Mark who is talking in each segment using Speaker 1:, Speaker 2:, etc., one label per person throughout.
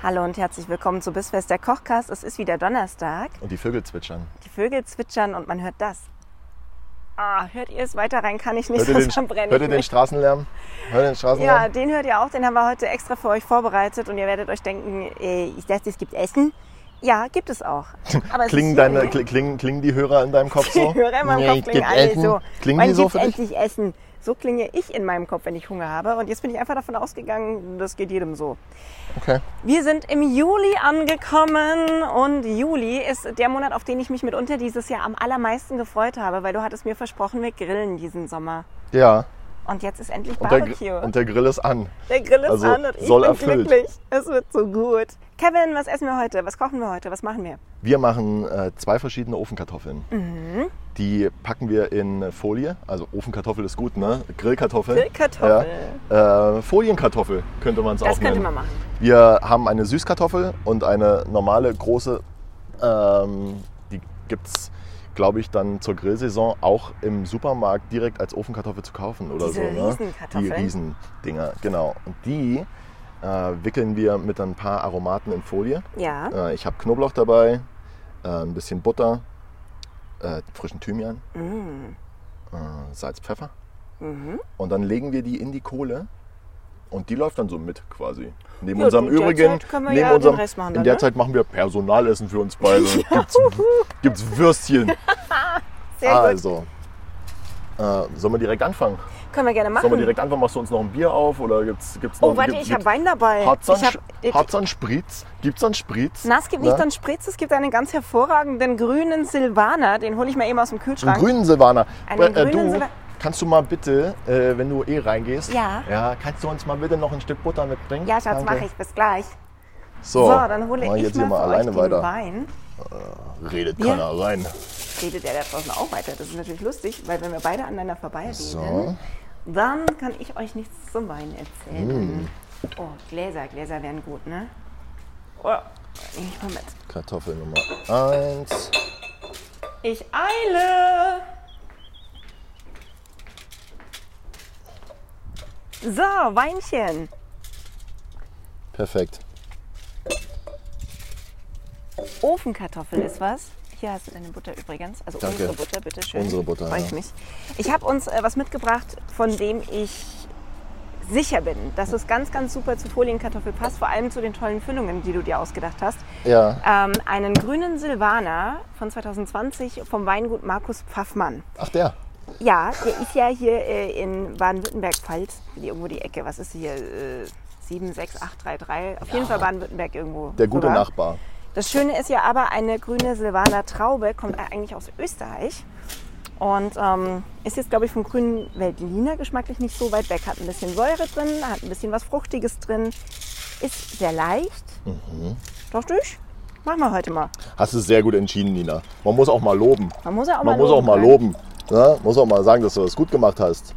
Speaker 1: Hallo und herzlich willkommen zu Bissfest der Kochcast. Es ist wieder Donnerstag.
Speaker 2: Und die Vögel zwitschern.
Speaker 1: Die Vögel zwitschern und man hört das. Ah, hört ihr es weiter rein? Kann ich nicht,
Speaker 2: Hört ihr den,
Speaker 1: sonst verbrenne
Speaker 2: hört
Speaker 1: ich
Speaker 2: ihr den
Speaker 1: mich.
Speaker 2: Straßenlärm? Hört ihr den Straßenlärm?
Speaker 1: Ja, den hört ihr auch. Den haben wir heute extra für euch vorbereitet und ihr werdet euch denken, äh, ich dachte, es gibt Essen. Ja, gibt es auch. Aber es
Speaker 2: klingen,
Speaker 1: ist
Speaker 2: deine,
Speaker 1: hier-
Speaker 2: kli- klingen, klingen die Hörer in deinem Kopf so?
Speaker 1: Die Hörer in meinem
Speaker 2: Nee,
Speaker 1: Kopf klingen
Speaker 2: gib
Speaker 1: alle
Speaker 2: Essen.
Speaker 1: so.
Speaker 2: Klingen
Speaker 1: Wann
Speaker 2: die so
Speaker 1: gibt's
Speaker 2: für dich?
Speaker 1: endlich Essen? So klinge ich in meinem Kopf, wenn ich Hunger habe. Und jetzt bin ich einfach davon ausgegangen, das geht jedem so.
Speaker 2: Okay.
Speaker 1: Wir sind im Juli angekommen und Juli ist der Monat, auf den ich mich mitunter dieses Jahr am allermeisten gefreut habe, weil du hattest mir versprochen, wir grillen diesen Sommer.
Speaker 2: Ja.
Speaker 1: Und jetzt ist endlich
Speaker 2: Und der,
Speaker 1: Barbecue.
Speaker 2: Gr- und der Grill ist an.
Speaker 1: Der Grill ist
Speaker 2: Also,
Speaker 1: an und ich
Speaker 2: soll
Speaker 1: bin
Speaker 2: erfüllt.
Speaker 1: glücklich. Es wird so gut. Kevin, was essen wir heute? Was kochen wir heute? Was machen wir?
Speaker 2: Wir machen äh, zwei verschiedene Ofenkartoffeln.
Speaker 1: Mhm.
Speaker 2: Die packen wir in Folie. Also Ofenkartoffel ist gut, ne? Grillkartoffel.
Speaker 1: Grillkartoffel.
Speaker 2: Ja. Äh, Folienkartoffel könnte man es auch
Speaker 1: Das könnte
Speaker 2: nennen.
Speaker 1: man machen.
Speaker 2: Wir haben eine Süßkartoffel und eine normale große. Ähm, die gibt es, glaube ich, dann zur Grillsaison auch im Supermarkt direkt als Ofenkartoffel zu kaufen oder
Speaker 1: Diese
Speaker 2: so. Ne? Die
Speaker 1: Riesenkartoffeln.
Speaker 2: Riesendinger, genau. Und die äh, wickeln wir mit ein paar Aromaten in Folie.
Speaker 1: Ja.
Speaker 2: Äh, ich habe Knoblauch dabei, äh, ein bisschen Butter, äh, frischen Thymian,
Speaker 1: Mm.
Speaker 2: äh, Salz, Pfeffer.
Speaker 1: Mhm.
Speaker 2: Und dann legen wir die in die Kohle und die läuft dann so mit quasi. Neben
Speaker 1: Ja,
Speaker 2: unserem
Speaker 1: in der
Speaker 2: übrigen,
Speaker 1: Zeit können wir
Speaker 2: neben
Speaker 1: ja den
Speaker 2: unserem,
Speaker 1: Rest machen
Speaker 2: in
Speaker 1: dann,
Speaker 2: der
Speaker 1: ne?
Speaker 2: Zeit machen wir Personalessen für uns beide. Gibt's, gibt's Würstchen.
Speaker 1: Sehr gut.
Speaker 2: also, äh, sollen wir direkt anfangen?
Speaker 1: Können wir gerne machen.
Speaker 2: Sollen wir direkt anfangen? Machst du uns noch ein Bier auf oder gibt's, gibt's noch?
Speaker 1: oh, warte,
Speaker 2: gibt-
Speaker 1: ich habe
Speaker 2: gibt's-
Speaker 1: Wein dabei.
Speaker 2: Hat's
Speaker 1: ich
Speaker 2: an,
Speaker 1: hab,
Speaker 2: Sch- hat's an Spritz? Gibt's an Spritz?
Speaker 1: na, es gibt nicht
Speaker 2: Ne?
Speaker 1: dann Spritz, es gibt einen ganz hervorragenden grünen Silvaner. Den hole ich mir eben aus dem Kühlschrank.
Speaker 2: Einen grünen Silvaner.
Speaker 1: Einen
Speaker 2: Äh,
Speaker 1: grünen
Speaker 2: du,
Speaker 1: Silva-
Speaker 2: kannst du mal bitte, äh, wenn du eh reingehst,
Speaker 1: Ja.
Speaker 2: ja, kannst du uns mal bitte noch ein Stück Butter mitbringen?
Speaker 1: ja, Schatz,
Speaker 2: Danke.
Speaker 1: mache ich. Bis gleich.
Speaker 2: So,
Speaker 1: so, dann hole
Speaker 2: mach
Speaker 1: ich
Speaker 2: jetzt
Speaker 1: mal,
Speaker 2: hier mal
Speaker 1: für
Speaker 2: alleine
Speaker 1: euch den
Speaker 2: weiter.
Speaker 1: Wein.
Speaker 2: Redet
Speaker 1: Ja.
Speaker 2: keiner rein.
Speaker 1: Redet der da draußen auch weiter. Das ist natürlich lustig, weil wenn wir beide aneinander vorbeireden, dann kann ich euch nichts zum Wein erzählen. Oh, Gläser, Gläser wären gut, ne? Oh, nehm ich mal mit.
Speaker 2: Kartoffel Nummer 1.
Speaker 1: Ich eile! So, Weinchen.
Speaker 2: Perfekt.
Speaker 1: Ofenkartoffel ist was. Hier hast du deine Butter übrigens. Also
Speaker 2: Danke.
Speaker 1: unsere Butter, bitte schön.
Speaker 2: Unsere Butter,
Speaker 1: Freue ich
Speaker 2: ja.
Speaker 1: mich. Ich habe uns äh, was mitgebracht, von dem ich sicher bin, dass es ganz, ganz super zu Folienkartoffel passt, vor allem zu den tollen Füllungen, die du dir ausgedacht hast.
Speaker 2: Ja.
Speaker 1: Ähm, einen grünen Silvaner von 2020 vom Weingut Markus Pfaffmann.
Speaker 2: Ach, der.
Speaker 1: Ja, der ist ja hier äh, in Baden-Württemberg-Pfalz, irgendwo die Ecke. Was ist hier? Äh, 76833. Auf jeden Fall Baden-Württemberg irgendwo.
Speaker 2: Der gute
Speaker 1: rüber.
Speaker 2: Nachbar.
Speaker 1: Das Schöne ist ja aber, eine grüne Silvaner Traube kommt eigentlich aus Österreich und ähm, ist jetzt, glaube ich, vom grünen Veltliner geschmacklich nicht so weit weg. Hat ein bisschen Säure drin, hat ein bisschen was Fruchtiges drin, ist sehr leicht.
Speaker 2: Mhm.
Speaker 1: Doch durch? Machen wir heute mal.
Speaker 2: Hast es sehr gut entschieden, Nina. Man muss auch mal loben.
Speaker 1: Man muss ja auch
Speaker 2: Man
Speaker 1: mal
Speaker 2: muss
Speaker 1: loben
Speaker 2: auch mal
Speaker 1: können.
Speaker 2: loben. Ne? Muss auch mal sagen, dass du das gut gemacht hast.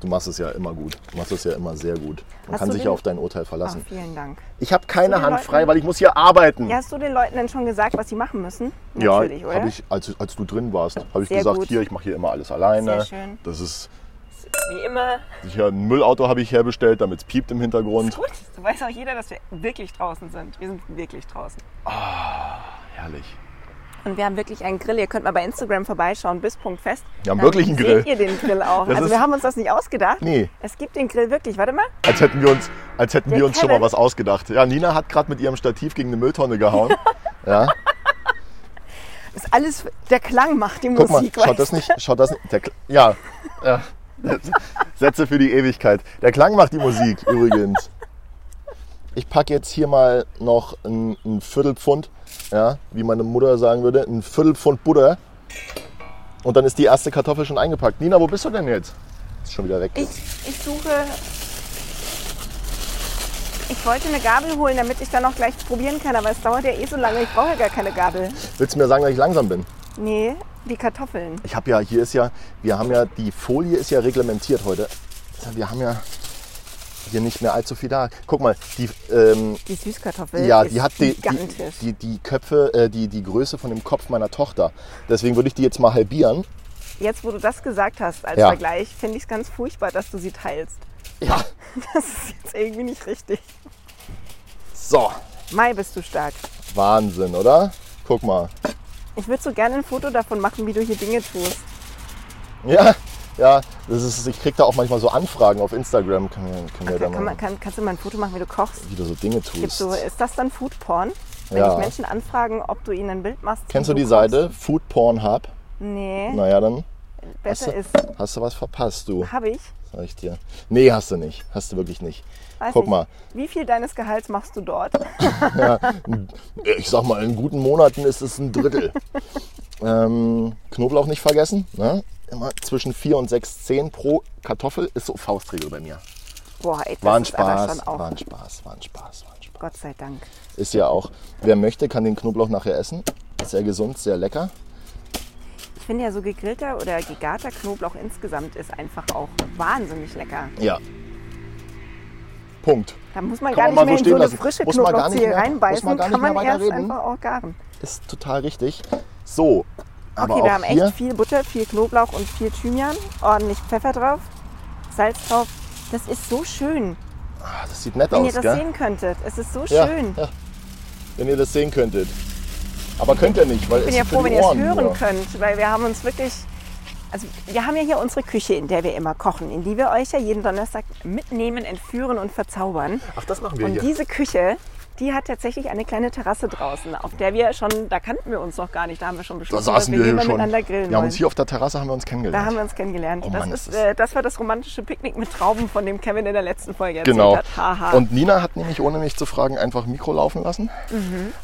Speaker 2: Du machst es ja immer gut. Du machst es ja immer sehr gut. Man
Speaker 1: Hast
Speaker 2: kann
Speaker 1: du
Speaker 2: sich
Speaker 1: den-
Speaker 2: ja auf dein Urteil
Speaker 1: Ach,
Speaker 2: verlassen.
Speaker 1: vielen Dank.
Speaker 2: Ich habe keine
Speaker 1: den
Speaker 2: Hand
Speaker 1: Leuten-
Speaker 2: frei, weil ich muss hier arbeiten.
Speaker 1: Ja, hast du den Leuten denn schon gesagt, was sie machen müssen?
Speaker 2: Ja,
Speaker 1: Natürlich, oder?
Speaker 2: hab ich, als, als du drin warst, habe ich
Speaker 1: Sehr
Speaker 2: gesagt,
Speaker 1: gut.
Speaker 2: hier, ich mache hier immer alles alleine.
Speaker 1: Sehr schön.
Speaker 2: Das ist
Speaker 1: Wie immer.
Speaker 2: hier ein Müllauto habe ich herbestellt, damit es piept im Hintergrund.
Speaker 1: Gut, so weiß auch jeder, dass wir wirklich draußen sind. Wir sind wirklich draußen.
Speaker 2: Herrlich.
Speaker 1: Und wir haben wirklich einen Grill. Ihr könnt mal bei Instagram vorbeischauen, bis.fest.
Speaker 2: Wir haben
Speaker 1: Dann
Speaker 2: wirklich einen Grill.
Speaker 1: Seht ihr den Grill auch?
Speaker 2: Das
Speaker 1: also
Speaker 2: ist-
Speaker 1: wir haben uns das nicht ausgedacht.
Speaker 2: Nee.
Speaker 1: Es gibt den Grill wirklich. Warte mal.
Speaker 2: Als hätten wir uns, als hätten
Speaker 1: Der
Speaker 2: wir uns schon
Speaker 1: Kevin.
Speaker 2: mal was ausgedacht. Ja, Nina hat gerade mit ihrem Stativ gegen eine Mülltonne gehauen. ja,
Speaker 1: Ist alles, der Klang macht die
Speaker 2: guck mal,
Speaker 1: Musik.
Speaker 2: schaut
Speaker 1: weißt
Speaker 2: das nicht, schaut das nicht. Der, Kl- ja, ja. Sätze für die Ewigkeit. Der Klang macht die Musik übrigens. Ich packe jetzt hier mal noch ein, ein Viertelpfund, ja, wie meine Mutter sagen würde, ein Viertelpfund Butter. Und dann ist die erste Kartoffel schon eingepackt. Nina, wo bist du denn jetzt? Ist schon wieder weg.
Speaker 1: du? Ich, ich suche Ich wollte eine Gabel holen, damit ich dann auch gleich probieren kann, aber es dauert ja eh so lange. Ich brauche ja gar keine Gabel.
Speaker 2: Willst du mir sagen, dass ich langsam bin?
Speaker 1: Nee, die Kartoffeln.
Speaker 2: Ich habe ja, hier ist ja, wir haben ja, die Folie ist ja reglementiert heute. Also Wir haben ja hier nicht mehr allzu viel da. Guck mal, die, ähm,
Speaker 1: Die Süßkartoffel.
Speaker 2: ja,
Speaker 1: ist
Speaker 2: die hat die, die,
Speaker 1: gigantisch.
Speaker 2: die, die Köpfe, äh, die, die Größe von dem Kopf meiner Tochter. Deswegen würde ich die jetzt mal halbieren.
Speaker 1: Jetzt, wo du das gesagt hast als
Speaker 2: Ja.
Speaker 1: Vergleich, finde ich es ganz furchtbar, dass du sie teilst.
Speaker 2: Ja,
Speaker 1: Das ist jetzt irgendwie nicht richtig.
Speaker 2: so.
Speaker 1: Mai, bist du stark.
Speaker 2: Wahnsinn, oder? Guck mal.
Speaker 1: Ich würde so gerne ein Foto davon machen, wie du hier Dinge tust.
Speaker 2: Ja, ja, das ist, ich krieg da auch manchmal so Anfragen auf Instagram. Kann mir, kann mir da
Speaker 1: Kann, kann,
Speaker 2: mal,
Speaker 1: man- kann, kannst du mal ein Foto machen, wie du kochst?
Speaker 2: wie du so Dinge
Speaker 1: Gibt's
Speaker 2: tust.
Speaker 1: so, äh, ist das dann Food Porn? Wenn
Speaker 2: Ja.
Speaker 1: dich Menschen anfragen, ob du ihnen ein Bild machst. wie
Speaker 2: Kennst du die
Speaker 1: kochst?
Speaker 2: Seite Food Porn Hub?
Speaker 1: Nee,
Speaker 2: Naja, dann hast
Speaker 1: besser
Speaker 2: du,
Speaker 1: Äh? ist.
Speaker 2: hast du was verpasst, du.
Speaker 1: Habe ich.
Speaker 2: Sag ich dir. Nee, hast du nicht. Hast du wirklich nicht.
Speaker 1: Weiß
Speaker 2: Guck
Speaker 1: nicht.
Speaker 2: mal,
Speaker 1: Wie viel deines Gehalts machst du dort?
Speaker 2: ich sag mal, in guten Monaten ist es ein Drittel. ähm, Knoblauch nicht vergessen. Ne? Immer zwischen 4 und 6 Zehen pro Kartoffel ist so Faustregel bei mir.
Speaker 1: Boah, ey, das
Speaker 2: War ein
Speaker 1: ist aber
Speaker 2: Spaß,
Speaker 1: schon auch.
Speaker 2: war ein Spaß, war ein Spaß, war ein Spaß.
Speaker 1: Gott sei Dank.
Speaker 2: Ist ja auch, wer möchte, kann den Knoblauch nachher essen. Ist Sehr gesund, sehr lecker.
Speaker 1: Ich finde ja so gegrillter oder gegarter Knoblauch insgesamt ist einfach auch wahnsinnig lecker.
Speaker 2: Ja. Punkt.
Speaker 1: Da muss man
Speaker 2: Kann
Speaker 1: gar
Speaker 2: man mal
Speaker 1: nicht
Speaker 2: so
Speaker 1: mehr in so eine
Speaker 2: stehen lassen.
Speaker 1: frische
Speaker 2: Muss man gar nicht
Speaker 1: Knoblauchzehe
Speaker 2: mehr- muss
Speaker 1: reinbeißen,
Speaker 2: man gar
Speaker 1: kann
Speaker 2: nicht
Speaker 1: man
Speaker 2: mehr
Speaker 1: erst
Speaker 2: weiterreden.
Speaker 1: einfach auch garen.
Speaker 2: Ist total richtig. So. Aber
Speaker 1: okay,
Speaker 2: auch
Speaker 1: wir haben
Speaker 2: hier,
Speaker 1: echt viel Butter, viel Knoblauch und viel Thymian, ordentlich Pfeffer drauf, Salz drauf. Das ist so schön,
Speaker 2: Ah, das sieht nett
Speaker 1: wenn
Speaker 2: aus,
Speaker 1: ihr das
Speaker 2: gell?
Speaker 1: sehen könntet. Es ist so
Speaker 2: Ja,
Speaker 1: schön.
Speaker 2: ja. Wenn ihr das sehen könntet. Aber könnt ihr nicht, weil
Speaker 1: Ich
Speaker 2: es
Speaker 1: bin ja
Speaker 2: für
Speaker 1: froh,
Speaker 2: die
Speaker 1: wenn ihr es
Speaker 2: Ohren
Speaker 1: hören
Speaker 2: nur.
Speaker 1: könnt, weil wir haben uns wirklich. Also wir haben ja hier unsere Küche, in der wir immer kochen, in die wir euch ja jeden Donnerstag mitnehmen, entführen und verzaubern.
Speaker 2: Ach, das machen wir
Speaker 1: Und
Speaker 2: hier.
Speaker 1: diese Küche, die hat tatsächlich eine kleine Terrasse draußen, auf der wir schon, da kannten wir uns noch gar nicht, da haben wir schon
Speaker 2: Da
Speaker 1: beschlossen, dass
Speaker 2: saßen
Speaker 1: wir
Speaker 2: wir
Speaker 1: hier
Speaker 2: hier
Speaker 1: mal
Speaker 2: schon.
Speaker 1: miteinander grillen
Speaker 2: Wir haben
Speaker 1: wollen.
Speaker 2: uns hier auf der Terrasse haben wir uns
Speaker 1: Da haben
Speaker 2: kennengelernt.
Speaker 1: wir uns kennengelernt.
Speaker 2: Oh
Speaker 1: das,
Speaker 2: Mann,
Speaker 1: ist,
Speaker 2: ist das-
Speaker 1: äh, das war das romantische Picknick mit Trauben, von dem Kevin in der letzten Folge erzählt
Speaker 2: Genau.
Speaker 1: hat. Haha.
Speaker 2: Und Nina hat nämlich, ohne mich zu fragen, einfach ein Mikro laufen lassen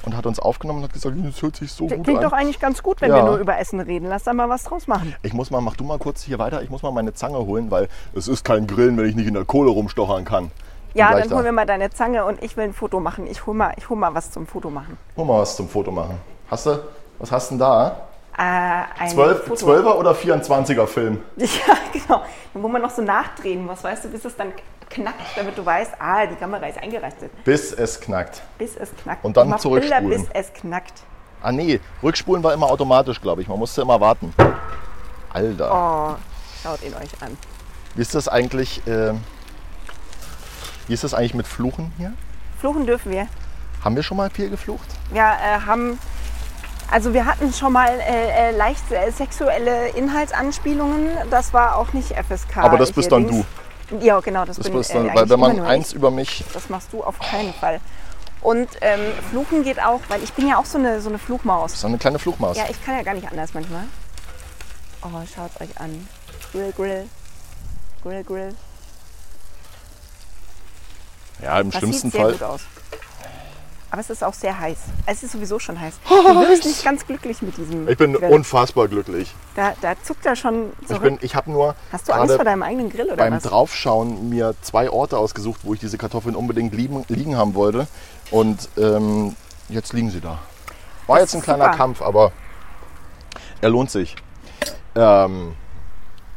Speaker 2: und hat uns aufgenommen und hat gesagt, das hört sich so
Speaker 1: Das
Speaker 2: gut
Speaker 1: Mhm. Klingt
Speaker 2: an.
Speaker 1: doch eigentlich ganz gut, wenn
Speaker 2: Ja.
Speaker 1: wir nur über Essen reden. Lass da mal was draus machen.
Speaker 2: Ich muss mal, mach du mal kurz hier weiter, ich muss mal meine Zange holen, weil es ist kein Grillen, wenn ich nicht in der Kohle rumstochern kann. Ich
Speaker 1: Ja,
Speaker 2: bin
Speaker 1: dann
Speaker 2: gleich
Speaker 1: holen
Speaker 2: da.
Speaker 1: wir mal deine Zange und ich will ein Foto machen. Ich hol mal, ich hol mal was zum Foto machen.
Speaker 2: Hol mal was zum Foto machen. Hast du, was hast du denn da?
Speaker 1: Äh, ein
Speaker 2: Zwölf,
Speaker 1: Foto.
Speaker 2: 12er oder 24er Film?
Speaker 1: Ja, genau. Dann wo man noch so nachdrehen muss, weißt du, bis es dann knackt, damit du weißt, ah, die Kamera ist eingerastet.
Speaker 2: Bis es knackt.
Speaker 1: Bis es knackt.
Speaker 2: Und dann
Speaker 1: Ich mach
Speaker 2: zurückspulen.
Speaker 1: Bilder, bis es knackt.
Speaker 2: Ah nee, Rückspulen war immer automatisch, glaube ich. Man musste immer warten. Alter.
Speaker 1: Oh, schaut ihn euch an.
Speaker 2: Wie ist das eigentlich, äh, wie ist das eigentlich mit Fluchen hier?
Speaker 1: Fluchen dürfen wir.
Speaker 2: Haben wir schon mal viel geflucht?
Speaker 1: Ja, äh, haben. Also wir hatten schon mal äh, äh, leicht äh, sexuelle Inhaltsanspielungen. Das war auch nicht FSK.
Speaker 2: Aber das bist dann du.
Speaker 1: du. Ja, genau, das,
Speaker 2: Das
Speaker 1: bin
Speaker 2: ist
Speaker 1: äh,
Speaker 2: dann,
Speaker 1: eigentlich
Speaker 2: weil wenn man
Speaker 1: immer nur
Speaker 2: eins
Speaker 1: ich.
Speaker 2: über mich,
Speaker 1: Das machst du auf keinen Fall. Und ähm, Fluchen geht auch, weil ich bin ja auch so eine, so eine Fluchmaus.
Speaker 2: ist dann eine kleine Fluchmaus.
Speaker 1: Ja, ich kann ja gar nicht anders manchmal. Oh, schaut's euch an. Grill, grill. Grill, grill.
Speaker 2: Ja, im
Speaker 1: Das
Speaker 2: schlimmsten
Speaker 1: sieht sehr
Speaker 2: Fall.
Speaker 1: gut aus. Aber es ist auch sehr heiß. Es ist sowieso schon heiß. Du wirkst nicht ganz glücklich mit diesem
Speaker 2: Ich bin
Speaker 1: Grill.
Speaker 2: unfassbar glücklich.
Speaker 1: Da, da zuckt er schon
Speaker 2: Ich,
Speaker 1: zurück.
Speaker 2: bin- ich habe nur
Speaker 1: Hast du Angst
Speaker 2: gerade
Speaker 1: vor deinem eigenen Grill oder
Speaker 2: beim
Speaker 1: was?
Speaker 2: Draufschauen mir zwei Orte ausgesucht, wo ich diese Kartoffeln unbedingt liegen, liegen haben wollte. Und ähm, jetzt liegen sie da. War
Speaker 1: Das
Speaker 2: jetzt ein
Speaker 1: ist
Speaker 2: kleiner
Speaker 1: super.
Speaker 2: Kampf, aber er lohnt sich. Ähm,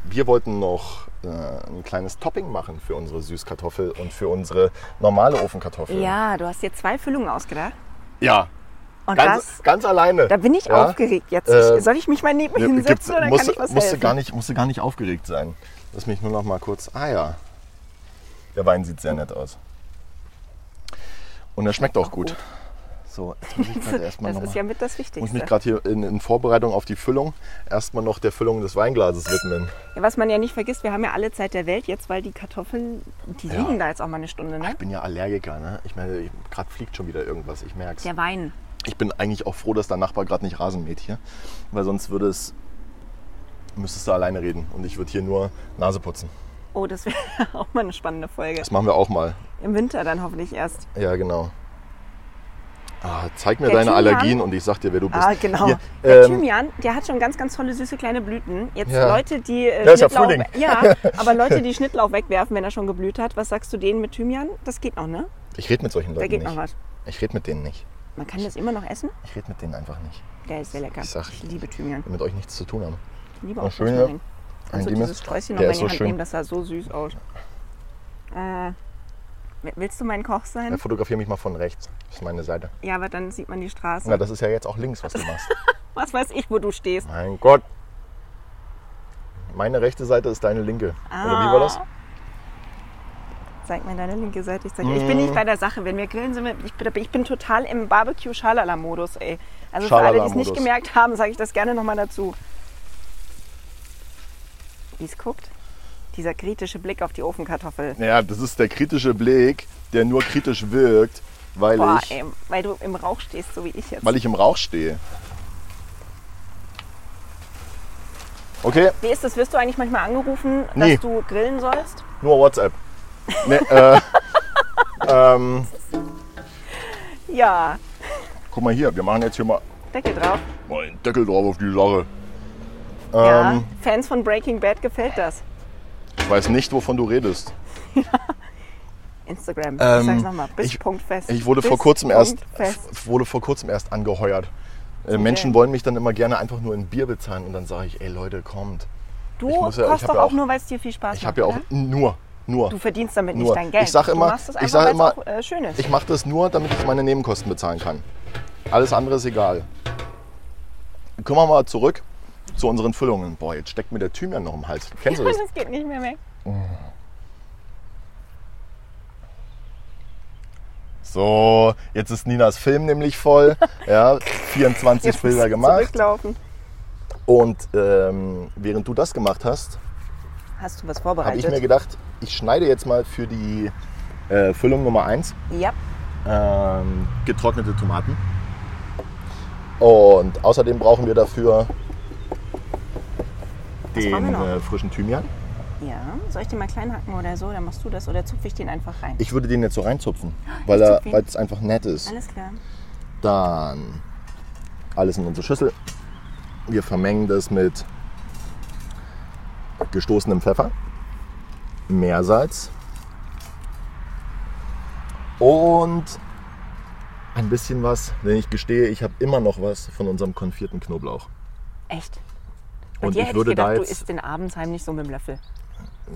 Speaker 2: wir wollten noch äh, ein kleines Topping machen für unsere Süßkartoffel und für unsere normale Ofenkartoffel.
Speaker 1: ja, du hast dir zwei Füllungen ausgedacht.
Speaker 2: ja
Speaker 1: Und
Speaker 2: ganz,
Speaker 1: das,
Speaker 2: ganz alleine.
Speaker 1: da bin ich
Speaker 2: ja?
Speaker 1: aufgeregt jetzt.
Speaker 2: Äh,
Speaker 1: Soll ich mich mal neben
Speaker 2: Ja, gibt's-
Speaker 1: hinsetzen oder
Speaker 2: musste,
Speaker 1: kann ich was
Speaker 2: musste
Speaker 1: helfen?
Speaker 2: Gar nicht, musste gar nicht aufgeregt sein. Lass mich nur noch mal kurz. Ah ja. Der Wein sieht sehr nett aus. Und er schmeckt auch gut. So, jetzt muss ich gerade erstmal
Speaker 1: oh. das
Speaker 2: noch
Speaker 1: ist
Speaker 2: mal-
Speaker 1: ja mit das
Speaker 2: muss
Speaker 1: Wichtigste.
Speaker 2: mich gerade hier in, in Vorbereitung auf die Füllung erstmal noch der Füllung des Weinglases widmen.
Speaker 1: Ja, was man ja nicht vergisst, wir haben ja alle Zeit der Welt jetzt, weil die Kartoffeln, die
Speaker 2: Ja.
Speaker 1: liegen da jetzt auch mal eine Stunde,
Speaker 2: Ich
Speaker 1: ne?
Speaker 2: bin ja Allergiker, ne? Ich meine, gerade fliegt schon wieder irgendwas, ich merk's.
Speaker 1: Der Wein.
Speaker 2: Ich bin eigentlich auch froh, dass der Nachbar gerade nicht Rasen mäht hier, weil sonst würde es müsstest du alleine reden und ich würde hier nur Nase putzen.
Speaker 1: Oh, das wäre auch mal eine spannende Folge.
Speaker 2: Das machen wir auch mal.
Speaker 1: Im Winter dann hoffentlich erst.
Speaker 2: Ja, genau. Ah, zeig mir
Speaker 1: Der
Speaker 2: deine
Speaker 1: Thymian-
Speaker 2: Allergien und ich sag dir, wer du bist.
Speaker 1: Ah, genau.
Speaker 2: Hier,
Speaker 1: der
Speaker 2: ähm,
Speaker 1: Thymian, der hat schon ganz, ganz tolle, süße kleine Blüten. Jetzt
Speaker 2: Ja.
Speaker 1: Leute, die äh,
Speaker 2: Ja, ist ja
Speaker 1: Schnittlauch,
Speaker 2: Frühling.
Speaker 1: ja, aber Leute, die Schnittlauch wegwerfen, wenn er schon geblüht hat, was sagst du denen mit Thymian? Das geht noch, ne?
Speaker 2: Ich rede mit solchen Leuten
Speaker 1: geht
Speaker 2: nicht.
Speaker 1: noch was.
Speaker 2: Ich rede mit denen nicht.
Speaker 1: Man kann das immer noch essen?
Speaker 2: Ich rede mit denen einfach nicht.
Speaker 1: Der ist sehr lecker.
Speaker 2: Ich sag-
Speaker 1: ich liebe Thymian.
Speaker 2: Die mit euch nichts zu tun haben.
Speaker 1: Ich liebe
Speaker 2: Oh,
Speaker 1: auch
Speaker 2: schön, ja.
Speaker 1: Rosmarin. Kannst du
Speaker 2: Angenehm.
Speaker 1: dieses Sträußchen noch
Speaker 2: Der
Speaker 1: mal
Speaker 2: ist
Speaker 1: in die
Speaker 2: so
Speaker 1: Hand
Speaker 2: schön.
Speaker 1: nehmen? Das sah so süß aus. Äh, willst du mein Koch
Speaker 2: Ja,
Speaker 1: sein?
Speaker 2: fotografiere mich mal von rechts. Das ist meine Seite.
Speaker 1: Ja, aber dann sieht man die Straße.
Speaker 2: Na, das ist ja jetzt auch links, was du machst.
Speaker 1: Was weiß ich, wo du stehst?
Speaker 2: mein Gott. Meine rechte Seite ist deine linke. Oder
Speaker 1: Ah.
Speaker 2: wie war das?
Speaker 1: Zeig mir deine linke Seite. Ich, zeig dir. ich
Speaker 2: Mhm.
Speaker 1: bin nicht bei der Sache. Wenn wir grillen, sind wir, ich, bin, ich bin total im Barbecue-Schalala-Modus, ey. Also für alle, die es nicht
Speaker 2: Schalala-Modus.
Speaker 1: gemerkt haben, sage ich das gerne nochmal dazu. Wie es guckt? Dieser kritische Blick auf die Ofenkartoffel.
Speaker 2: Ja, das ist der kritische Blick, der nur kritisch wirkt, weil,
Speaker 1: Boah,
Speaker 2: ich,
Speaker 1: ey, weil du im Rauch stehst, so wie ich jetzt.
Speaker 2: weil ich im Rauch stehe. Okay,
Speaker 1: Wie ist das? Wirst du eigentlich manchmal angerufen, dass
Speaker 2: Nee.
Speaker 1: du grillen sollst?
Speaker 2: nur WhatsApp. Nee, äh, ähm,
Speaker 1: Ja,
Speaker 2: guck mal hier, wir machen jetzt hier mal,
Speaker 1: Deckel drauf.
Speaker 2: mal einen Deckel drauf auf die Sache.
Speaker 1: Ja.
Speaker 2: Ähm,
Speaker 1: Fans von Breaking Bad gefällt das.
Speaker 2: Ich weiß nicht, wovon du redest.
Speaker 1: Instagram.
Speaker 2: Ähm,
Speaker 1: ich sag's nochmal. Bis
Speaker 2: ich-
Speaker 1: Punkt fest.
Speaker 2: Ich wurde
Speaker 1: Bis
Speaker 2: vor kurzem
Speaker 1: Punkt
Speaker 2: erst
Speaker 1: Fest.
Speaker 2: f- wurde vor kurzem erst angeheuert. Äh, Menschen wollen mich dann immer gerne einfach nur in Bier bezahlen und dann sage ich, ey Leute, kommt.
Speaker 1: Du
Speaker 2: ich muss ja- ich
Speaker 1: kochst
Speaker 2: hab
Speaker 1: doch
Speaker 2: ja
Speaker 1: auch
Speaker 2: auch-
Speaker 1: nur, weil es dir viel Spaß macht.
Speaker 2: Ich habe ja auch
Speaker 1: oder?
Speaker 2: nur, nur.
Speaker 1: Du verdienst damit nicht
Speaker 2: nur.
Speaker 1: dein Geld.
Speaker 2: Ich sage
Speaker 1: du
Speaker 2: immer,
Speaker 1: machst es
Speaker 2: ich
Speaker 1: einfach,
Speaker 2: sage
Speaker 1: weil's
Speaker 2: immer,
Speaker 1: auch, äh, schön ist.
Speaker 2: ich mache das nur, damit ich meine Nebenkosten bezahlen kann. Alles andere ist egal. Kommen wir mal zurück zu unseren Füllungen. Boah, jetzt steckt mir der Thymian noch im Hals. Kennst du das?
Speaker 1: das geht nicht mehr weg.
Speaker 2: So, jetzt ist Ninas Film nämlich voll. Ja, 24
Speaker 1: Jetzt
Speaker 2: Bilder
Speaker 1: musst du
Speaker 2: gemacht.
Speaker 1: Zurücklaufen.
Speaker 2: Und ähm, während du das gemacht hast,
Speaker 1: Hast du was
Speaker 2: habe
Speaker 1: vorbereitet?
Speaker 2: ich mir gedacht, ich schneide jetzt mal für die äh, Füllung Nummer 1
Speaker 1: ja.
Speaker 2: ähm, getrocknete Tomaten. Und außerdem brauchen wir dafür
Speaker 1: brauchen wir
Speaker 2: den
Speaker 1: noch?
Speaker 2: äh, frischen Thymian.
Speaker 1: ja. Soll ich den mal klein hacken oder so? Dann machst du das oder zupfe ich den einfach rein.
Speaker 2: Ich würde den jetzt so reinzupfen, weil
Speaker 1: zupf
Speaker 2: er-
Speaker 1: ihn.
Speaker 2: weil es einfach nett ist.
Speaker 1: Alles klar.
Speaker 2: Dann alles in unsere Schüssel. Wir vermengen das mit gestoßenem Pfeffer, Meersalz und ein bisschen was, denn ich gestehe, ich habe immer noch was von unserem konfierten Knoblauch.
Speaker 1: Echt. Bei
Speaker 2: Und
Speaker 1: dir
Speaker 2: ich
Speaker 1: hätte ich
Speaker 2: würde
Speaker 1: gedacht,
Speaker 2: da
Speaker 1: du
Speaker 2: jetzt,
Speaker 1: isst den abends heimlich so mit dem Löffel.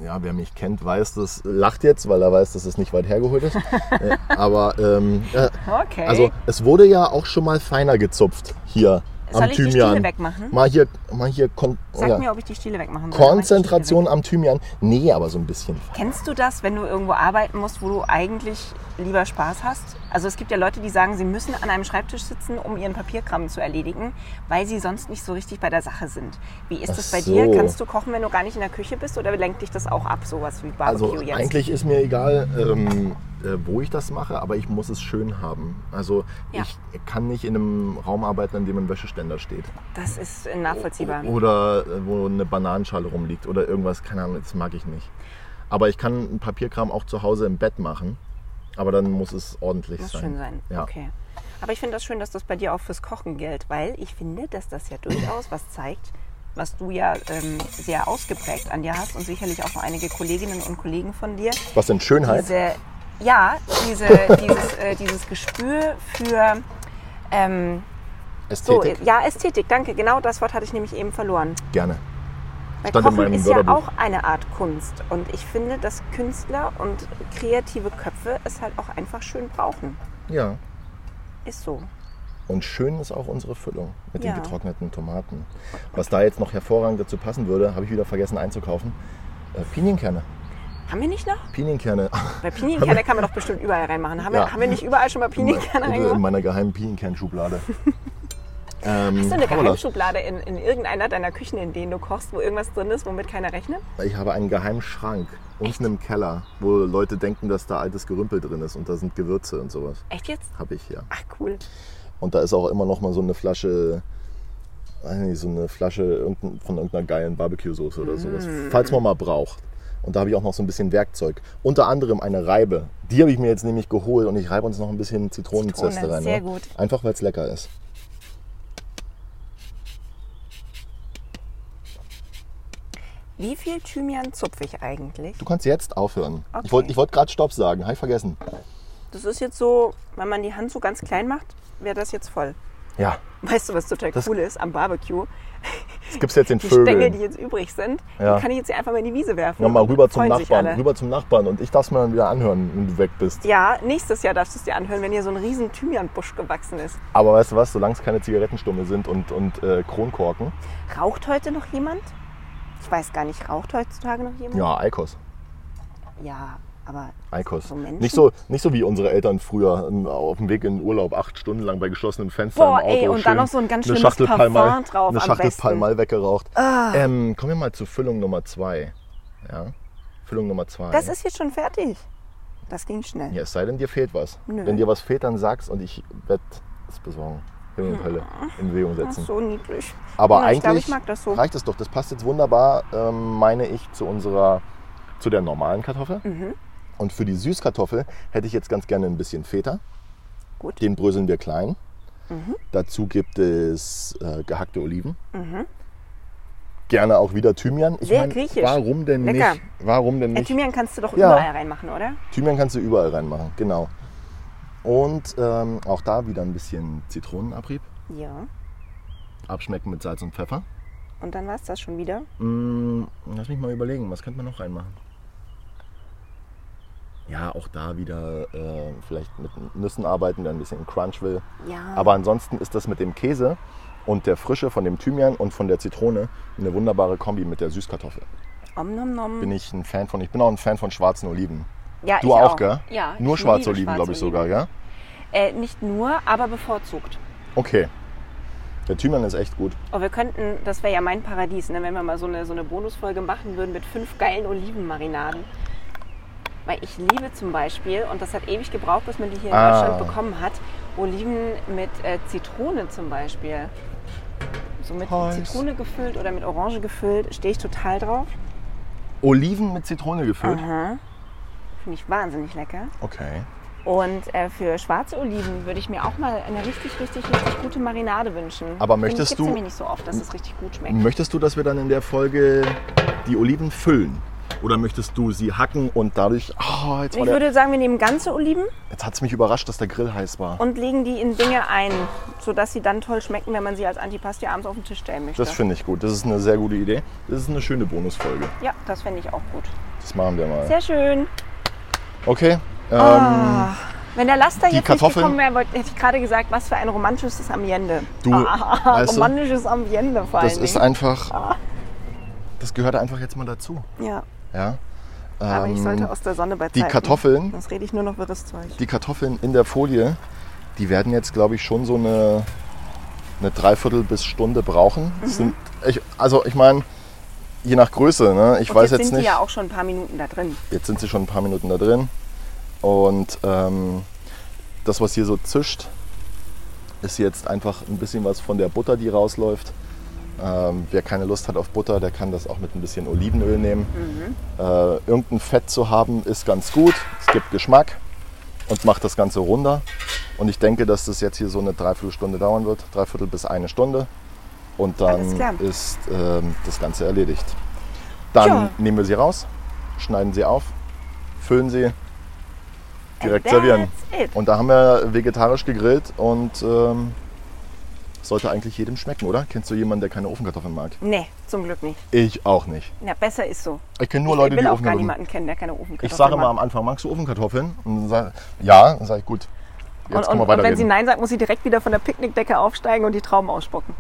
Speaker 2: ja, wer mich kennt, weiß das, lacht jetzt, weil er weiß, dass es nicht weit hergeholt ist. Äh, Aber ähm, äh,
Speaker 1: Okay.
Speaker 2: Also es wurde ja auch schon mal feiner gezupft hier
Speaker 1: Soll
Speaker 2: am
Speaker 1: ich die
Speaker 2: Thymian.
Speaker 1: Stiele wegmachen?
Speaker 2: Mal hier, mal hier kon
Speaker 1: Sag
Speaker 2: ja.
Speaker 1: mir, ob ich die Stiele wegmachen soll.
Speaker 2: Konzentration am Thymian. Nee, aber so ein bisschen.
Speaker 1: Kennst du das, wenn du irgendwo arbeiten musst, wo du eigentlich lieber Spaß hast? Also es gibt ja Leute, die sagen, sie müssen an einem Schreibtisch sitzen, um ihren Papierkram zu erledigen, weil sie sonst nicht so richtig bei der Sache sind. Wie ist das
Speaker 2: Ach
Speaker 1: bei
Speaker 2: so.
Speaker 1: dir? Kannst du kochen, wenn du gar nicht in der Küche bist oder lenkt dich das auch ab, sowas wie Barbecue
Speaker 2: Also
Speaker 1: jetzt?
Speaker 2: eigentlich ist mir egal, ähm, äh, wo ich das mache, aber ich muss es schön haben. Also
Speaker 1: Ja.
Speaker 2: ich kann nicht in einem Raum arbeiten, in dem ein Wäscheständer steht.
Speaker 1: das ist äh, nachvollziehbar.
Speaker 2: Oder äh, wo eine Bananenschale rumliegt oder irgendwas, keine Ahnung, das mag ich nicht. Aber ich kann einen Papierkram auch zu Hause im Bett machen. Aber dann muss es ordentlich
Speaker 1: Muss
Speaker 2: oh, sein.
Speaker 1: schön sein.
Speaker 2: Ja.
Speaker 1: Okay. Aber ich finde das schön, dass das bei dir auch fürs Kochen gilt, weil ich finde, dass das ja durchaus was zeigt, was du ja ähm, sehr ausgeprägt an dir hast und sicherlich auch noch einige Kolleginnen und Kollegen von dir.
Speaker 2: Was denn Schönheit?
Speaker 1: Diese, ja, diese, dieses, äh, dieses Gespür für. Ähm, so,
Speaker 2: Ästhetik?
Speaker 1: ja, Ästhetik, danke. Genau das Wort hatte ich nämlich eben verloren.
Speaker 2: Gerne.
Speaker 1: Weil
Speaker 2: Stand in
Speaker 1: Kochen
Speaker 2: meinem
Speaker 1: ist ja
Speaker 2: Wörterbuch.
Speaker 1: auch eine Art Kunst. Und ich finde, dass Künstler und kreative Köpfe es halt auch einfach schön brauchen.
Speaker 2: Ja.
Speaker 1: Ist so.
Speaker 2: Und schön ist auch unsere Füllung mit
Speaker 1: Ja.
Speaker 2: den getrockneten Tomaten. Was da jetzt noch hervorragend dazu passen würde, habe ich wieder vergessen einzukaufen. Äh, Pinienkerne.
Speaker 1: Haben wir nicht noch?
Speaker 2: Pinienkerne.
Speaker 1: Bei Pinienkerne kann man doch bestimmt überall reinmachen. Haben, wir,
Speaker 2: Ja.
Speaker 1: haben wir nicht überall schon mal Pinienkerne
Speaker 2: In
Speaker 1: reingemacht?
Speaker 2: meiner geheimen Pinienkern-Schublade. ähm,
Speaker 1: Hast du eine
Speaker 2: haben wir das?
Speaker 1: Geheimschublade in, in irgendeiner deiner Küchen, in denen du kochst, wo irgendwas drin ist, womit keiner rechnet?
Speaker 2: Ich habe einen geheimen Schrank unten im Keller, wo Leute denken, dass da altes Gerümpel drin ist und da sind Gewürze und sowas.
Speaker 1: Echt jetzt?
Speaker 2: Habe ich ja.
Speaker 1: Ach cool.
Speaker 2: Und da ist auch immer noch mal so eine Flasche, weiß nicht, so eine Flasche irgendein- von irgendeiner geilen Barbecue-Soße oder sowas,
Speaker 1: Mm.
Speaker 2: falls man mal braucht. Und da habe ich auch noch so ein bisschen Werkzeug. Unter anderem eine Reibe. Die habe ich mir jetzt nämlich geholt und ich reibe uns noch ein bisschen Zitronenzeste
Speaker 1: Zitrone,
Speaker 2: rein.
Speaker 1: sehr
Speaker 2: ne?
Speaker 1: gut.
Speaker 2: Einfach weil es lecker ist.
Speaker 1: Wie viel Thymian zupfe ich eigentlich?
Speaker 2: Du kannst jetzt aufhören.
Speaker 1: Okay.
Speaker 2: Ich wollte ich wollt gerade Stopp sagen, habe ich vergessen.
Speaker 1: Das ist jetzt so, wenn man die Hand so ganz klein macht, wäre das jetzt voll.
Speaker 2: Ja,
Speaker 1: Weißt du, was total
Speaker 2: Das-
Speaker 1: cool ist am Barbecue?
Speaker 2: das gibt's jetzt den
Speaker 1: Die Stängel, die
Speaker 2: Vögeln.
Speaker 1: jetzt übrig sind,
Speaker 2: Ja.
Speaker 1: die kann ich jetzt hier einfach mal in die Wiese werfen.
Speaker 2: Nochmal rüber
Speaker 1: Freuen
Speaker 2: zum
Speaker 1: sich
Speaker 2: Nachbarn,
Speaker 1: alle.
Speaker 2: rüber zum Nachbarn und ich darf's mir dann wieder anhören, wenn du weg bist.
Speaker 1: Ja, nächstes Jahr darfst du es dir anhören, wenn hier so ein riesen Thymianbusch gewachsen ist.
Speaker 2: Aber weißt du was, solange es keine Zigarettenstummel sind und, und äh, Kronkorken,
Speaker 1: Raucht heute noch jemand? Ich weiß gar nicht, raucht heutzutage noch jemand?
Speaker 2: ja, Eikos.
Speaker 1: Ja, aber
Speaker 2: Eikos.
Speaker 1: So Menschen?
Speaker 2: nicht, so, nicht so wie unsere Eltern früher ähm, auf dem Weg in den Urlaub acht Stunden lang bei geschlossenem Fenster
Speaker 1: Boah,
Speaker 2: im Auto.
Speaker 1: ey, und dann
Speaker 2: schön
Speaker 1: noch so ein ganz
Speaker 2: eine
Speaker 1: schlimmes
Speaker 2: Schachtel
Speaker 1: Parfum
Speaker 2: Pall Mall-
Speaker 1: drauf
Speaker 2: Eine
Speaker 1: am
Speaker 2: Schachtel
Speaker 1: besten. Ah.
Speaker 2: Palmal weggeraucht. Ähm, kommen wir mal zur Füllung Nummer zwei. Ja? Füllung Nummer zwei.
Speaker 1: das ist jetzt schon fertig. Das ging schnell.
Speaker 2: ja, es sei denn, dir fehlt was.
Speaker 1: Nö.
Speaker 2: Wenn dir was fehlt, dann sag's und ich werde es besorgen. Himmel und Hölle in Bewegung
Speaker 1: Hm. Ach,
Speaker 2: setzen.
Speaker 1: so niedlich.
Speaker 2: Aber
Speaker 1: Ja,
Speaker 2: eigentlich
Speaker 1: ich glaube, ich mag das so.
Speaker 2: reicht es doch. Das passt jetzt wunderbar, ähm, meine ich, zu unserer, zu der normalen Kartoffel.
Speaker 1: Mhm.
Speaker 2: Und für die Süßkartoffel hätte ich jetzt ganz gerne ein bisschen Feta.
Speaker 1: Gut. Mhm.
Speaker 2: Den bröseln wir klein. Dazu gibt es äh, gehackte Oliven. Gerne auch wieder Thymian. Ich
Speaker 1: Mhm. Sehr griechisch.
Speaker 2: Warum denn
Speaker 1: Lecker.
Speaker 2: nicht? Warum denn
Speaker 1: Äh,
Speaker 2: nicht?
Speaker 1: Thymian kannst du doch
Speaker 2: Ja.
Speaker 1: überall reinmachen, oder?
Speaker 2: Thymian kannst du überall reinmachen, genau. Und ähm, auch da wieder ein bisschen Zitronenabrieb.
Speaker 1: Ja.
Speaker 2: Abschmecken mit Salz und Pfeffer.
Speaker 1: Und dann war es das schon wieder.
Speaker 2: Mm, lass mich mal überlegen, was könnte man noch reinmachen? Ja, auch da wieder äh, vielleicht mit Nüssen arbeiten, der ein bisschen Crunch will.
Speaker 1: Ja.
Speaker 2: Aber ansonsten ist das mit dem Käse und der Frische von dem Thymian und von der Zitrone eine wunderbare Kombi mit der Süßkartoffel.
Speaker 1: Mhm. Om nom nom.
Speaker 2: Bin ich ein Fan von. Ich bin auch ein Fan von schwarzen Oliven.
Speaker 1: Ja,
Speaker 2: Du
Speaker 1: ich
Speaker 2: auch, gell?
Speaker 1: Ja.
Speaker 2: Nur
Speaker 1: ich
Speaker 2: schwarze
Speaker 1: liebe
Speaker 2: Oliven, glaube ich
Speaker 1: Oliven.
Speaker 2: sogar, gell?
Speaker 1: Äh, nicht nur, aber bevorzugt.
Speaker 2: Okay. Der Thymian ist echt gut.
Speaker 1: Oh, wir könnten, das wäre ja mein Paradies, ne, wenn wir mal so eine, so eine Bonusfolge machen würden mit fünf geilen Olivenmarinaden. Weil ich liebe zum Beispiel, und das hat ewig gebraucht, bis man die hier in
Speaker 2: Ah.
Speaker 1: Deutschland bekommen hat, Oliven mit äh, Zitrone zum Beispiel. So mit
Speaker 2: Heiß.
Speaker 1: Zitrone gefüllt oder mit Orange gefüllt, stehe ich total drauf.
Speaker 2: Oliven mit Zitrone gefüllt.
Speaker 1: Finde ich wahnsinnig lecker.
Speaker 2: Okay.
Speaker 1: Und äh, für schwarze Oliven würde ich mir auch mal eine richtig, richtig, richtig gute Marinade wünschen.
Speaker 2: Aber
Speaker 1: Finde ich,
Speaker 2: möchtest
Speaker 1: gibt's
Speaker 2: du- Mm.
Speaker 1: nämlich nicht so oft, dass es richtig gut schmeckt.
Speaker 2: Möchtest du, dass wir dann in der Folge die Oliven füllen? Oder möchtest du sie hacken und dadurch. Oh, jetzt,
Speaker 1: Ich
Speaker 2: war der,
Speaker 1: würde sagen, wir nehmen ganze Oliven
Speaker 2: jetzt hat's mich überrascht, dass der Grill heiß war.
Speaker 1: und legen die in Dinge ein, sodass sie dann toll schmecken, wenn man sie als Antipasti abends auf den Tisch stellen möchte.
Speaker 2: Das finde ich gut. Das ist eine sehr gute Idee. Das ist eine schöne Bonusfolge.
Speaker 1: ja, das fände ich auch gut.
Speaker 2: Das machen wir mal.
Speaker 1: Sehr schön.
Speaker 2: Okay. Ähm,
Speaker 1: Wenn der Laster jetzt nicht
Speaker 2: Kartoffeln-
Speaker 1: gekommen wäre, wollte- hätte ich gerade gesagt, was für ein romantisches Ambiente. Ah,
Speaker 2: Du, weißt du,
Speaker 1: romantisches Ambiente vor
Speaker 2: das
Speaker 1: allen
Speaker 2: ist
Speaker 1: Dingen. Ah.
Speaker 2: einfach. Das gehört einfach jetzt mal dazu.
Speaker 1: Ja,
Speaker 2: Ja.
Speaker 1: aber ich
Speaker 2: Ähm,
Speaker 1: sollte aus der Sonne bei
Speaker 2: die Kartoffeln,
Speaker 1: Sonst rede ich nur noch wirres Zeug.
Speaker 2: die Kartoffeln in der Folie, die werden jetzt, glaube ich, schon so eine, eine Dreiviertel bis Stunde brauchen.
Speaker 1: Mhm.
Speaker 2: Das Sind, ich, also ich meine, je nach Größe. Ne? Ich
Speaker 1: Und
Speaker 2: weiß
Speaker 1: jetzt
Speaker 2: jetzt
Speaker 1: sind
Speaker 2: nicht.
Speaker 1: die ja auch schon ein paar Minuten da drin.
Speaker 2: Jetzt sind sie schon ein paar Minuten da drin. Und ähm, das, was hier so zischt, ist jetzt einfach ein bisschen was von der Butter, die rausläuft. Ähm, wer keine Lust hat auf Butter, der kann das auch mit ein bisschen Olivenöl nehmen.
Speaker 1: Mhm.
Speaker 2: Äh, irgendein Fett zu haben ist ganz gut. Es gibt Geschmack und macht das Ganze runder. Und ich denke, dass das jetzt hier so eine Dreiviertelstunde dauern wird. Dreiviertel bis eine Stunde. Und
Speaker 1: Alles
Speaker 2: dann
Speaker 1: klar.
Speaker 2: ist ähm, das Ganze erledigt. Dann
Speaker 1: Tja.
Speaker 2: nehmen wir sie raus, schneiden sie auf, füllen sie, direkt
Speaker 1: And
Speaker 2: servieren.
Speaker 1: that's it.
Speaker 2: Und da haben wir vegetarisch gegrillt und ähm, sollte eigentlich jedem schmecken, oder? Kennst du jemanden, der keine Ofenkartoffeln mag?
Speaker 1: Nee, zum Glück nicht.
Speaker 2: Ich auch nicht.
Speaker 1: Na, besser ist so.
Speaker 2: Ich kenne nur Leute,
Speaker 1: ich will
Speaker 2: die
Speaker 1: auch gar
Speaker 2: Ofenkartoffeln.
Speaker 1: niemanden kennen, der keine Ofenkartoffeln
Speaker 2: Ich sage
Speaker 1: mag.
Speaker 2: immer am Anfang, magst du Ofenkartoffeln? Und dann sag, ja, dann sage ich gut. Jetzt
Speaker 1: und,
Speaker 2: können
Speaker 1: und, und
Speaker 2: wir
Speaker 1: wenn sie
Speaker 2: weiterreden.
Speaker 1: Nein sagt, muss sie direkt wieder von der Picknickdecke aufsteigen und die Trauben ausspucken.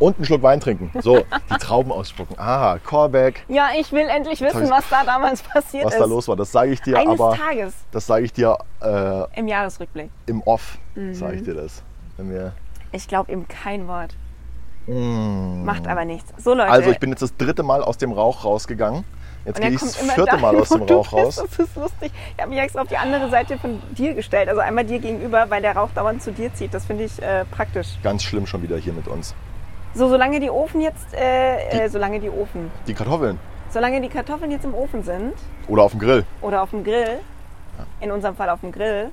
Speaker 2: Und einen Schluck Wein trinken. So, die Trauben ausspucken. Ah, Korbeck,
Speaker 1: Ja, ich will endlich wissen,
Speaker 2: ich-
Speaker 1: was da damals passiert
Speaker 2: was
Speaker 1: ist.
Speaker 2: da los war. Das sage ich dir
Speaker 1: Eines
Speaker 2: aber.
Speaker 1: Tages
Speaker 2: Das sage ich dir äh,
Speaker 1: im Jahresrückblick.
Speaker 2: im Off. Sage
Speaker 1: Mhm.
Speaker 2: ich dir das. Wenn wir
Speaker 1: Ich glaube ihm kein Wort. Macht aber nichts. So Leute.
Speaker 2: Hm. Also ich bin jetzt das dritte Mal aus dem Rauch rausgegangen. Jetzt
Speaker 1: und er
Speaker 2: gehe ich
Speaker 1: kommt
Speaker 2: das
Speaker 1: immer
Speaker 2: vierte
Speaker 1: dahin,
Speaker 2: Mal aus
Speaker 1: wo
Speaker 2: dem
Speaker 1: du
Speaker 2: Rauch
Speaker 1: bist.
Speaker 2: raus.
Speaker 1: Das ist lustig. Ich habe mich extra auf die andere Seite von dir gestellt. Also einmal dir gegenüber, weil der Rauch dauernd zu dir zieht. Das finde ich äh, praktisch.
Speaker 2: Ganz schlimm schon wieder hier mit uns.
Speaker 1: So, solange die Ofen jetzt, äh, äh, solange die Ofen,
Speaker 2: Die Kartoffeln
Speaker 1: solange die Kartoffeln jetzt im Ofen sind,
Speaker 2: oder auf dem Grill.
Speaker 1: oder auf dem Grill, in unserem Fall auf dem Grill,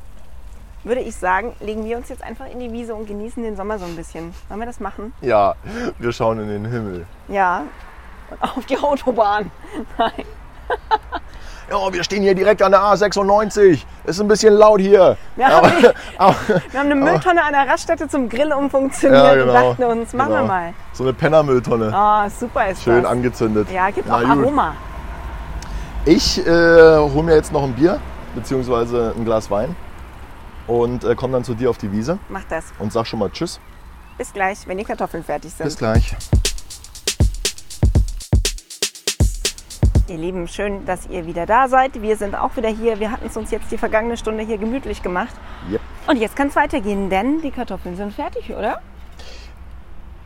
Speaker 1: würde ich sagen, legen wir uns jetzt einfach in die Wiese und genießen den Sommer so ein bisschen. Wollen wir das machen?
Speaker 2: Ja, wir schauen in den Himmel.
Speaker 1: Ja. Und auf die Autobahn. Nein.
Speaker 2: ja, wir stehen hier direkt an der A96. Ist ein bisschen laut hier.
Speaker 1: Ja,
Speaker 2: aber,
Speaker 1: wir-
Speaker 2: aber,
Speaker 1: Wir haben eine Mülltonne an der Raststätte zum Grill umfunktioniert
Speaker 2: ja, genau.
Speaker 1: und dachten uns, machen wir
Speaker 2: genau.
Speaker 1: mal.
Speaker 2: So eine Pennermülltonne.
Speaker 1: Ah, super ist
Speaker 2: Schön
Speaker 1: das.
Speaker 2: angezündet.
Speaker 1: Ja, gibt
Speaker 2: Na
Speaker 1: auch
Speaker 2: gut.
Speaker 1: Aroma.
Speaker 2: Ich äh, hole mir jetzt noch ein Bier, beziehungsweise ein Glas Wein. Und äh, komme dann zu dir auf die Wiese
Speaker 1: Macht das.
Speaker 2: und sag schon mal Tschüss.
Speaker 1: Bis gleich, wenn die Kartoffeln fertig sind.
Speaker 2: Bis gleich.
Speaker 1: Ihr Lieben, schön, dass ihr wieder da seid. Wir sind auch wieder hier. Wir hatten es uns jetzt die vergangene Stunde hier gemütlich gemacht.
Speaker 2: Yep.
Speaker 1: Und jetzt kann es weitergehen, denn die Kartoffeln sind fertig, oder?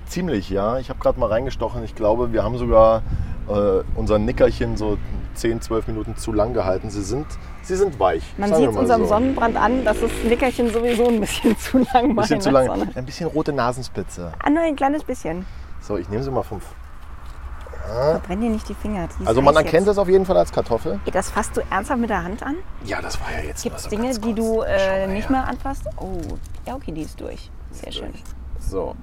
Speaker 2: Ziemlich, ja. Ich habe gerade mal reingestochen. Ich glaube, wir haben sogar äh, unser Nickerchen so 10, 12 Minuten zu lang gehalten. Sie sind, sie sind weich.
Speaker 1: Man
Speaker 2: sagen wir
Speaker 1: sieht es
Speaker 2: mal
Speaker 1: unserem
Speaker 2: so.
Speaker 1: Sonnenbrand an, dass das Nickerchen sowieso ein bisschen zu lang war.
Speaker 2: bisschen
Speaker 1: in
Speaker 2: zu
Speaker 1: der
Speaker 2: lang.
Speaker 1: Sonne.
Speaker 2: Ein bisschen rote Nasenspitze.
Speaker 1: Ah, nur ein kleines bisschen.
Speaker 2: So, ich nehme sie mal fünf.
Speaker 1: Verbrenn dir nicht die Finger. Die ist
Speaker 2: Also man
Speaker 1: heiß
Speaker 2: erkennt
Speaker 1: jetzt.
Speaker 2: das auf jeden Fall als Kartoffel.
Speaker 1: Geht das fasst du ernsthaft mit der Hand an?
Speaker 2: Ja, das war ja jetzt
Speaker 1: Gibt
Speaker 2: mal
Speaker 1: es
Speaker 2: so
Speaker 1: Dinge,
Speaker 2: Also ganz
Speaker 1: die
Speaker 2: kurz.
Speaker 1: du
Speaker 2: Schau
Speaker 1: äh,
Speaker 2: mal
Speaker 1: nicht
Speaker 2: her.
Speaker 1: mehr anfasst? Oh, ja, okay, die ist durch. Sehr schön.
Speaker 2: So.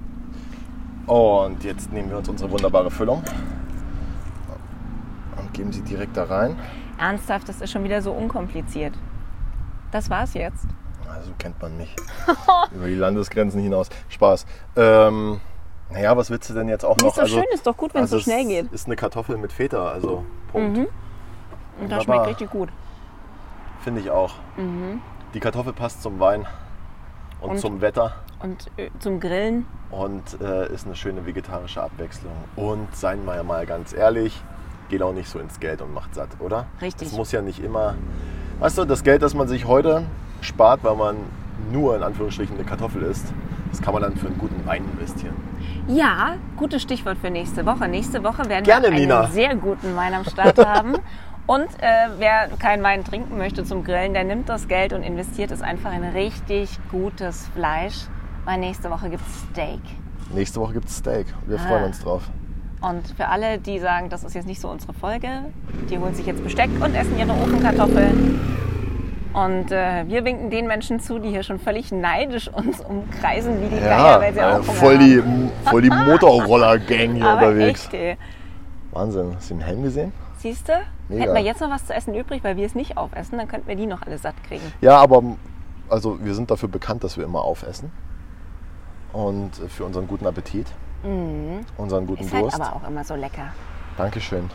Speaker 2: Und jetzt nehmen wir uns unsere wunderbare Füllung und geben sie direkt da rein.
Speaker 1: Ernsthaft, das ist schon wieder so unkompliziert. Das war's jetzt.
Speaker 2: Also kennt man mich. Über die Landesgrenzen hinaus. Spaß. Ähm, naja, was willst du denn jetzt auch
Speaker 1: Ist
Speaker 2: noch? Also,
Speaker 1: doch schön, ist doch gut, wenn es so schnell geht. Mhm.
Speaker 2: Ist eine Kartoffel mit Feta, also Punkt.
Speaker 1: Und das
Speaker 2: Wunderbar.
Speaker 1: schmeckt richtig gut.
Speaker 2: Finde ich auch. Die Kartoffel passt zum Wein und,
Speaker 1: Mhm. Und-
Speaker 2: zum Wetter
Speaker 1: Und äh, zum Grillen,
Speaker 2: und äh, ist eine schöne vegetarische Abwechslung. Und seien wir mal ganz ehrlich, geht auch nicht so ins Geld und macht satt, oder?
Speaker 1: Richtig.
Speaker 2: Es muss ja nicht immer. Weißt du, das Geld, das man sich heute spart, weil man nur in Anführungsstrichen eine Kartoffel isst, das kann man dann für einen guten Wein investieren.
Speaker 1: Ja, gutes Stichwort für nächste Woche. Nächste Woche werden
Speaker 2: Gerne,
Speaker 1: wir einen
Speaker 2: Nina.
Speaker 1: sehr guten Wein am Start haben. Und äh, wer keinen Wein trinken möchte zum Grillen, der nimmt das Geld und investiert es einfach in richtig gutes Fleisch. Weil nächste Woche gibt es Steak.
Speaker 2: Nächste Woche gibt es Steak. Wir
Speaker 1: Ah.
Speaker 2: freuen uns drauf.
Speaker 1: Und für alle, die sagen, das ist jetzt nicht so unsere Folge, die holen sich jetzt Besteck und essen ihre Ofenkartoffeln. Und äh, wir winken den Menschen zu, die hier schon völlig neidisch uns umkreisen wie die Geier, weil sie auch
Speaker 2: äh,
Speaker 1: Hunger
Speaker 2: voll, die, voll die Motorroller-Gang hier
Speaker 1: haben. Aber
Speaker 2: unterwegs.
Speaker 1: echt, ey.
Speaker 2: Wahnsinn. Hast du den Helm gesehen?
Speaker 1: Siehst du?
Speaker 2: Mega.
Speaker 1: Hätten wir jetzt noch was zu essen übrig, weil wir es nicht aufessen, dann könnten wir die noch alle satt kriegen.
Speaker 2: Ja, aber also wir sind dafür bekannt, dass wir immer aufessen. Und äh, für unseren guten Appetit, unseren guten
Speaker 1: Ist halt
Speaker 2: Durst.
Speaker 1: aber auch immer so lecker.
Speaker 2: Dankeschön.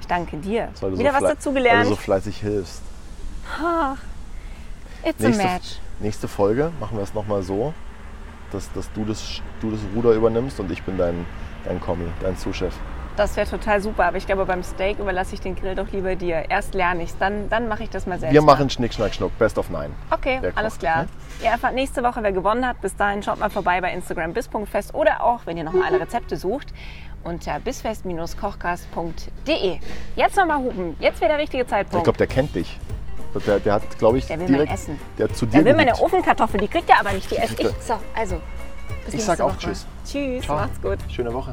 Speaker 1: Ich danke dir.
Speaker 2: weil du
Speaker 1: Wieder
Speaker 2: so
Speaker 1: was
Speaker 2: flei- Weil
Speaker 1: dazugelernt.
Speaker 2: du so fleißig hilfst.
Speaker 1: It's a match.
Speaker 2: nächste Folge machen wir es nochmal so, dass, dass du, das, du das Ruder übernimmst und ich bin dein, dein Kommi, dein Zuschef.
Speaker 1: Das wäre total super, aber ich glaube, beim Steak überlasse ich den Grill doch lieber dir. Erst lerne ich's, dann, dann mache ich das mal selbst.
Speaker 2: Wir machen Schnick, Schnack, Schnuck. Best of Nine.
Speaker 1: Okay,
Speaker 2: Der
Speaker 1: alles
Speaker 2: kocht,
Speaker 1: klar.
Speaker 2: ne?
Speaker 1: Ihr erfahrt nächste Woche, wer gewonnen hat. Bis dahin schaut mal vorbei bei Instagram bis.fest oder auch, wenn ihr nochmal alle Rezepte sucht, unter bisfest-kochkast.de. Jetzt nochmal hupen. Jetzt wäre der richtige
Speaker 2: Ich
Speaker 1: Zeitpunkt.
Speaker 2: glaube, der kennt dich. Der, der hat, glaube ich,
Speaker 1: Der will mein
Speaker 2: direkt.
Speaker 1: Essen.
Speaker 2: Der hat zu dir
Speaker 1: Da will meine
Speaker 2: genickt.
Speaker 1: Ofenkartoffel, die kriegt er aber nicht, die esse ich. So, also. Bis
Speaker 2: Ich
Speaker 1: nächste
Speaker 2: sag auch
Speaker 1: Woche.
Speaker 2: Tschüss.
Speaker 1: Tschüss,
Speaker 2: Ciao.
Speaker 1: macht's gut.
Speaker 2: Schöne Woche.